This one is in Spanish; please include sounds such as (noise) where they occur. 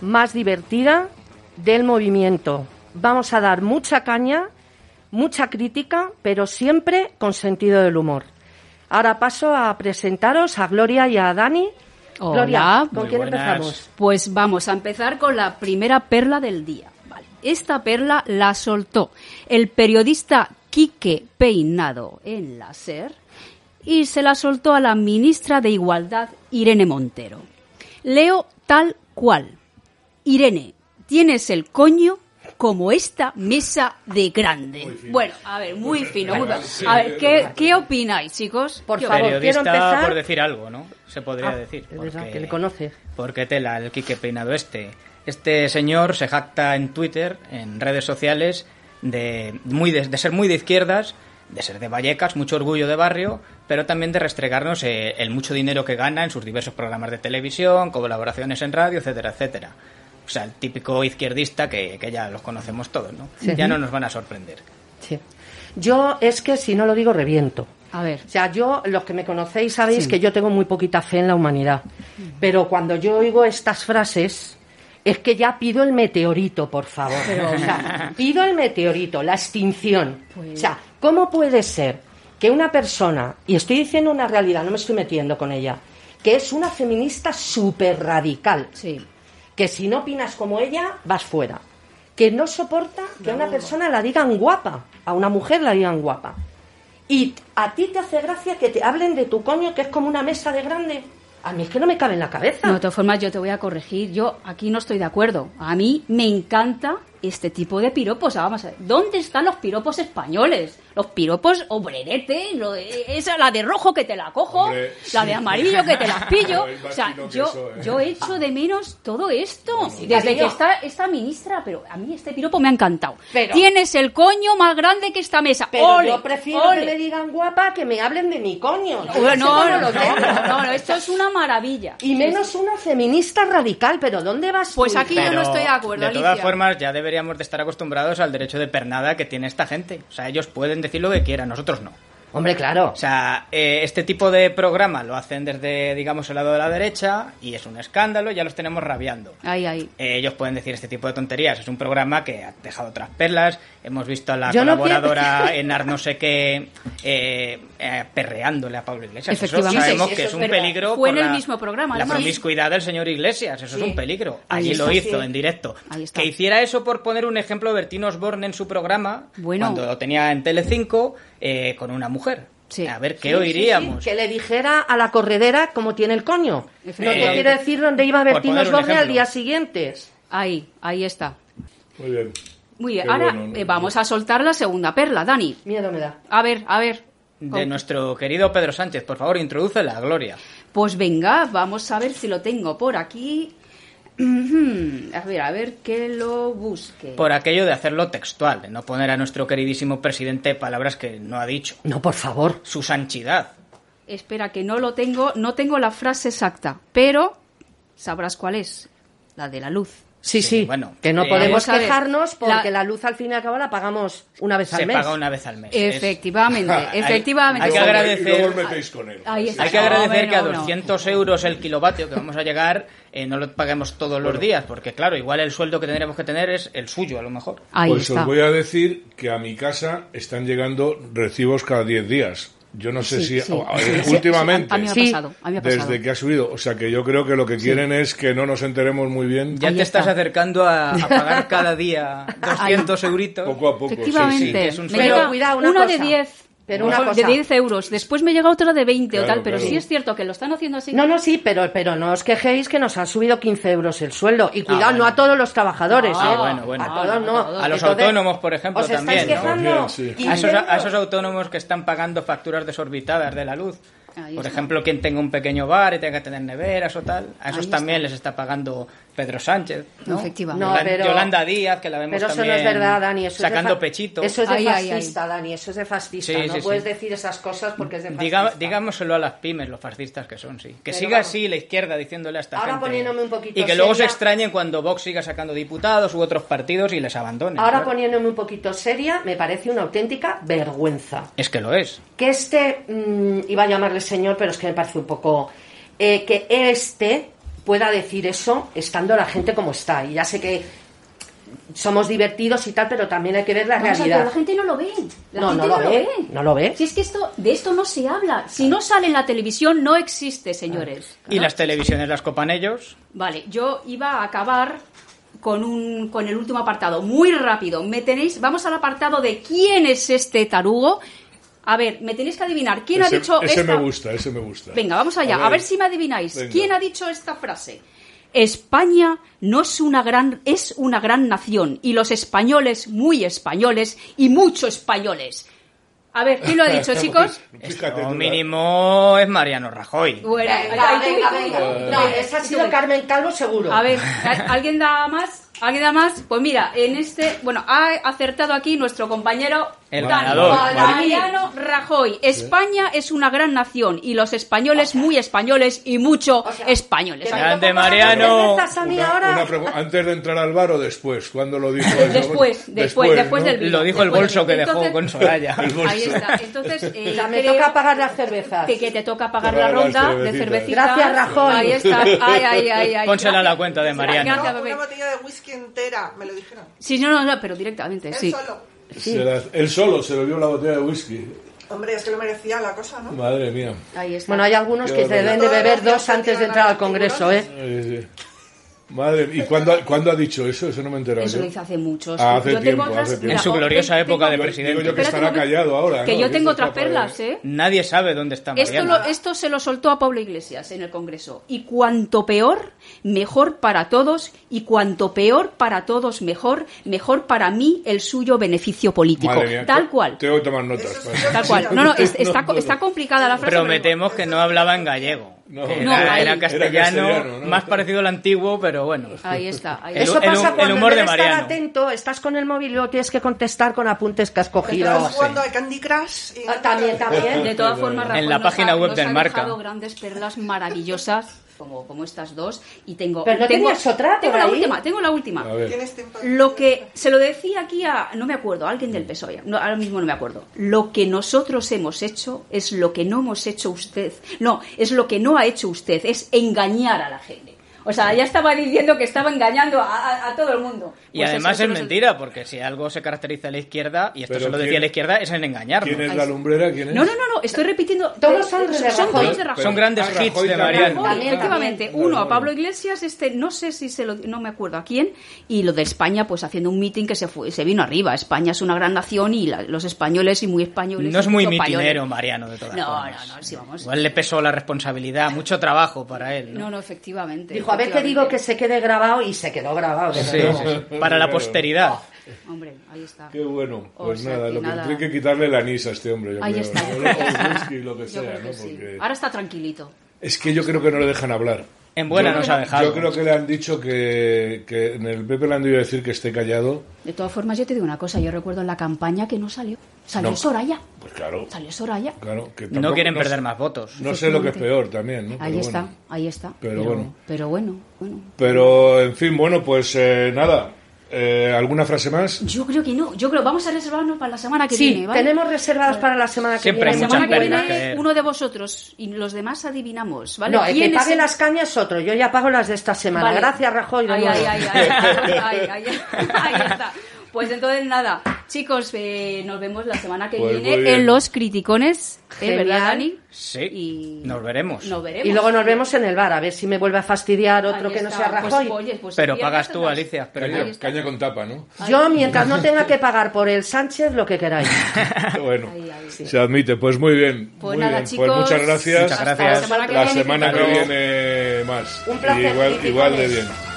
más divertida del movimiento. Vamos a dar mucha caña, mucha crítica, pero siempre con sentido del humor. Ahora paso a presentaros a Gloria y a Dani. Hola. Gloria, ¿con Muy quién buenas. empezamos? Pues vamos a empezar con la primera perla del día. Vale. Esta perla la soltó el periodista Quique Peinado en la SER y se la soltó a la ministra de Igualdad, Irene Montero. Leo tal cual. Irene, tienes el coño como esta mesa de grande. Bueno, a ver, muy fino. muy fino. A ver, ¿qué, qué opináis, chicos? Por ¿Qué favor, opináis? quiero periodista empezar- por decir algo, ¿no? Se podría Ah, decir. es verdad, que le conoce. Porque tela el Quique Peinado este. Este señor se jacta en Twitter, en redes sociales, de, muy de, de ser muy de izquierdas, de ser de Vallecas, mucho orgullo de barrio, pero también de restregarnos eh, el mucho dinero que gana en sus diversos programas de televisión, colaboraciones en radio, etcétera, etcétera. O sea, el típico izquierdista que, que ya los conocemos todos, ¿no? Sí. Ya no nos van a sorprender. Sí. Yo es que si no lo digo reviento. A ver. O sea, yo, los que me conocéis sabéis Sí. que yo tengo muy poquita fe en la humanidad. Pero cuando yo oigo estas frases, es que ya pido el meteorito, por favor. O sea, pido el meteorito, la extinción. Pues- O sea, ¿cómo puede ser que una persona, y estoy diciendo una realidad, no me estoy metiendo con ella, que es una feminista súper radical, Sí. que si no opinas como ella, vas fuera. Que no soporta que a una persona la digan guapa, a una mujer la digan guapa. Y a ti te hace gracia que te hablen de tu coño, que es como una mesa de grande. A mí es que no me cabe en la cabeza. No, de todas formas, yo te voy a corregir. Yo aquí no estoy de acuerdo. A mí me encanta este tipo de piropos. Ah, vamos a ver, ¿dónde están los piropos españoles? Los piropos obrerete, lo de- esa, la de rojo que te la cojo, Hombre, la sí. de amarillo que te (laughs) las pillo. Pero es o más sea, fino que yo, eso, ¿eh? yo echo de menos todo esto. sí, Desde cariño. que está esta ministra, pero a mí este piropo me ha encantado. Pero- Tienes el coño más grande que esta mesa. Pero Ole, yo prefiero ole. que me digan guapa que me hablen de mi coño. Yo No, sé cómo no, lo no, veo. no, no, no, esto es una maravilla. Y menos una feminista radical, pero ¿dónde vas Pues tú, aquí hija? yo no estoy de acuerdo, De todas Alicia. formas, ya deberíamos de estar acostumbrados al derecho de pernada que tiene esta gente. O sea, ellos pueden decir lo que quieran, nosotros no. Hombre, claro. O sea, eh, este tipo de programa lo hacen desde, digamos, el lado de la derecha y es un escándalo, ya los tenemos rabiando. Ahí, ahí. Eh, ellos pueden decir este tipo de tonterías. Es un programa que ha dejado otras perlas. Hemos visto a la Yo no colaboradora (laughs) Enar no sé qué eh, eh, perreándole a Pablo Iglesias. Eso Efectivamente. sabemos Sí, sí, que eso es es un verdad. peligro. Fue en por el la- mismo programa, La además. promiscuidad del señor Iglesias. Eso Sí. es un peligro. Ahí Allí lo está, hizo sí. en directo. Ahí está. Que hiciera eso por poner un ejemplo Bertino Osborne en su programa Bueno. cuando lo tenía en Telecinco eh, con una mujer. Sí. A ver qué Sí, sí, oiríamos. sí, que le dijera a la corredera cómo tiene el coño. No te Efectivamente. quiere decir dónde iba Por Bertino poner un Osborne al ejemplo. día siguiente. Ahí, ahí está. Muy bien. Muy bien, Qué ahora bueno, ¿no? eh, vamos a soltar la segunda perla, Dani. Miedo me da. A ver, a ver. De Con- nuestro querido Pedro Sánchez, por favor, introdúcela, Gloria. Pues venga, vamos a ver si lo tengo por aquí. Ujú. A ver, a ver que lo busque. Por aquello de hacerlo textual, de no poner a nuestro queridísimo presidente palabras que no ha dicho. No, por favor. Su sanchidad. Espera, que no lo tengo, no tengo la frase exacta, pero sabrás cuál es, la de la luz. Sí, Sí, sí. bueno, que no eh, podemos vamos a ver. quejarnos porque La- la... luz al fin y al cabo la pagamos una vez Se al mes. paga una vez al mes. Es- Efectivamente, efectivamente. (laughs) Hay que Y luego- agradecer- Y luego os metéis con él. Ahí está. Hay que No, agradecer hombre, que a no, no. 200 euros el kilovatio que vamos a llegar eh, no lo paguemos todos los días, porque claro, igual el sueldo que tendremos que tener es el suyo, a lo mejor. Ahí pues está. os voy a decir que a mi casa están llegando recibos cada 10 días. Yo no sé Sí, si sí. a- a- Sí, sí, últimamente, a- a mí me ha Sí. pasado, a mí me ha pasado. desde que ha subido, o sea que yo creo que lo que quieren es que no nos enteremos muy bien Ya Ahí te estás está. acercando a, a pagar (laughs) cada día 200 euritos. poco a poco. sí, sí. Efectivamente. es un Me sueldo. llega Pero cuidado, una, una de cosa. 10. Pero una cosa. De 10 euros. Después me llega otra de 20 o Claro, tal. Pero claro. sí es cierto que lo están haciendo así. No, no, sí, pero, pero no os quejéis que nos han subido 15 euros el sueldo. Y cuidado, Ah, bueno. no a todos los trabajadores. Ah, ¿eh? bueno, bueno. A todos no. A los autónomos, por ejemplo, ¿os estáis también, ¿no? quejando? También, sí. A 15 esos, a euros. esos autónomos que están pagando facturas desorbitadas de la luz. Ahí Por está. ejemplo, quien tenga un pequeño bar y tenga que tener neveras o tal. A esos Ahí también les está pagando Pedro Sánchez. ¿no? Efectivamente. No, Yolan- pero- Yolanda Díaz, que la vemos Pero eso no también es verdad, Dani. Eso es de sacando fa- pechito. Eso es de Ay, ay, fascista, Dani. Eso es de fascista. Sí, no sí, puedes sí. decir esas cosas porque es de fascista. Diga- digámoselo a las pymes, los fascistas que son, sí. Que Pero siga vamos. así la izquierda diciéndole a esta Ahora gente. poniéndome un poquito y que luego se seria. extrañen cuando Vox siga sacando diputados u otros partidos y les abandone. Ahora ¿no? poniéndome un poquito seria, me parece una auténtica vergüenza. Es que lo es. que este, mm, iba a llamarle señor, pero es que me parece un poco, eh, que este pueda decir eso estando la gente como está. Y ya sé que somos divertidos y tal, pero también hay que ver la Vamos a ver, realidad. la gente no lo ve. La No, gente no lo ve, no lo ve. Si es que esto, de esto no se habla. Si no sale en la televisión, no existe, señores. Ah. Y ¿No? las televisiones las copan ellos. Vale, yo iba a acabar con, un, con el último apartado. Muy rápido. Me tenéis, vamos al apartado de quién es este tarugo. A ver, me tenéis que adivinar. ¿Quién ese, ha dicho ese esta- me gusta, ese me gusta. Venga, vamos allá. A ver, si me adivináis. Venga. ¿Quién ha dicho esta frase? España no es una gran es una gran nación y los españoles muy españoles y muchos españoles. A ver, ¿quién lo ha (laughs) (laughs) dicho, chicos? pues, Fíjate, o tú, mínimo es Mariano Rajoy. Bueno, Venga, ahí tú, venga, tú, venga. tú. No, esa ha sido Carmen Calvo seguro. A ver, ¿al- ¿alguien da más? ¿Alguien da más? Pues mira, en este, bueno, ha acertado aquí nuestro compañero El Dani. ganador. Mariano Rajoy. España es una gran nación y los españoles muy españoles y mucho españoles. Que me Grande toco para las Mariano. cervezas a mí una- ahora. una pregu- antes de entrar al bar o después, ¿cuándo (laughs) lo dijo? eso? Después, después, después ¿no? del Lo dijo el Bueno, bolso que dejó entonces- con Soraya. Ahí está. Entonces, eh, Ya me creo toca pagar las cervezas. que, que te toca pagar Pagar la las ronda de cervecitas. cervecitas. Gracias, Rajoy. Ahí está. Ay, ay, ay, ay. Pónsela a la cuenta de Mariano. Gracias, No, bebé. una botella de whisky entera, me lo dijeron. Sí, no, no, no, pero directamente, Él Eh, sí. solo. Se la- él solo se bebió la botella de whisky. Hombre, es que lo merecía la cosa, ¿no? Madre mía. Ahí está. Bueno, hay algunos que se deben de beber dos antes de entrar al Congreso, ¿eh? Eh, sí. Madre mía. ¿Y cuándo, ha- cuándo ha dicho eso? Eso no me he enterado Eso yo. lo hice hace muchos. Ah, hace yo tiempo, tengo otras, hace tiempo. En su o- gloriosa tengo- época de tengo- presidente. Digo yo que Espérate un estará momento, callado ahora. Que ¿no? yo tengo Dice, otras "Papá, perlas, ¿eh? Nadie sabe dónde está Esto, Mariano. lo- esto se lo soltó a Pablo Iglesias en el Congreso. Y cuanto peor, mejor para todos. Y cuanto peor para todos, mejor. Mejor para mí el suyo beneficio político. Madre mía, Tal cual. Tengo que tomar Eso notas. es para- una Tal cual. No, no, es- está, co- está complicada la frase. pero- Prometemos que no hablaba en gallego. No. era, No, ahí- Pues era castellano, Era castellano, ¿no? más parecido al antiguo, pero bueno. Ahí está. ahí El- Eso está. el- pasa el cuando humor en de vez de estar Mariano. atento, estás con el móvil y luego tienes que contestar con apuntes que has cogido. Estabas jugando al Candy Crush y... Ah, También, De también. todas formas, Rajoy En la nos página ha- web nos del ha Marca. dejado grandes perlas maravillosas, como, como estas dos. Y tengo. Pero no tengo, tenías otra por Tengo la ahí. última, tengo la última. A ver. Tienes tiempo. de- Lo que se lo decía aquí a, no me acuerdo, E a alguien del PSOE, no, ahora mismo no me acuerdo. Lo que nosotros hemos hecho es lo que no hemos hecho usted. No, es lo que no ha hecho usted, es engañar a la gente. O sea, ya estaba diciendo que estaba engañando a, a- a todo el mundo. Y Pues además eso, eso es no mentira, porque si algo se caracteriza a la izquierda, y esto Pero se lo decía ¿quién- la izquierda, es en engañarnos. ¿Quién es la lumbrera? ¿Quién es? No, no, no, no, estoy repitiendo. eh, Todos son de Rajoy. todos de Rajoy. Son grandes Ah, Rajoy hits de también. Mariano. Rajoy, También, efectivamente. también. Uno a Pablo Iglesias, este no sé si se lo, no me acuerdo a quién, y lo de España, pues haciendo un mitin que se fue, se vino arriba. España es una gran nación y la- los españoles y muy españoles. No es y muy mucho españoles. mitinero Mariano, de todas No, formas. no, no, sí, vamos. Igual le pesó la responsabilidad, mucho trabajo para él. ¿no? No, no, efectivamente. Dijo, a ver que digo que se quede grabado y se quedó grabado. de Sí, verdad. sí, sí. Para la posteridad. Hombre, ahí está. Qué bueno. O Pues sea, nada, que lo que nada. tiene que quitarle el anís a este hombre. yo Ahí creo, está. ¿no? O whisky, lo que Yo sea, creo que ¿no? sí. Porque- Ahora está tranquilito. Es que yo creo que no le dejan hablar. En buena nos ha dejado. Yo creo que le han dicho que, que en el PP le han debido decir que esté callado. De todas formas, yo te digo una cosa, yo recuerdo en la campaña que no salió. Salió No. Soraya. Pues claro, Salió Soraya. claro. Que No tampoco- quieren sé- perder más votos. No sé lo que es peor también, ¿no? Ahí Pero está, bueno. ahí está. Pero bueno. Pero bueno, bueno. Pero, en fin, bueno, pues eh, nada. Eh, ¿Alguna frase más? Yo creo que no. Yo creo vamos a reservarnos para la semana Ah, que Sí, viene, ¿vale? tenemos reservadas para la semana que Siempre la hay viene. muchas semana que perlas que viene ver. uno de vosotros y los demás adivinamos, ¿vale? No, el que ¿Quién es pague el- las cañas otro. Yo ya pago las de esta semana. Vale. Gracias, Rajoy. de Ay, nuevo. ay, ay, ay, ay, ay, ay, ay. (laughs) Ahí está. Pues entonces nada, chicos, eh, nos vemos la semana que Pues muy viene bien. en los criticones, ¿eh? Genial. ¿verdad, Dani? Sí, Y- nos veremos. Nos veremos. Y luego nos vemos en el bar, a ver si me vuelve a fastidiar otro Ahí que no está. sea Rajoy. Pues, oye, pues, Pero sí, pagas ya tú, estás. Alicia. Pero Caña, Ahí está. caña con (laughs) tapa, ¿no? Yo, mientras no tenga que pagar por el Sánchez, lo que queráis. Bueno, Ahí, ahí. se admite. Pues muy bien. Pues muy nada, bien. chicos. Pues muchas gracias. Muchas Hasta gracias. La semana que La viene. semana que Hasta luego. viene más. Un placer, Igual, igual de criticones. bien.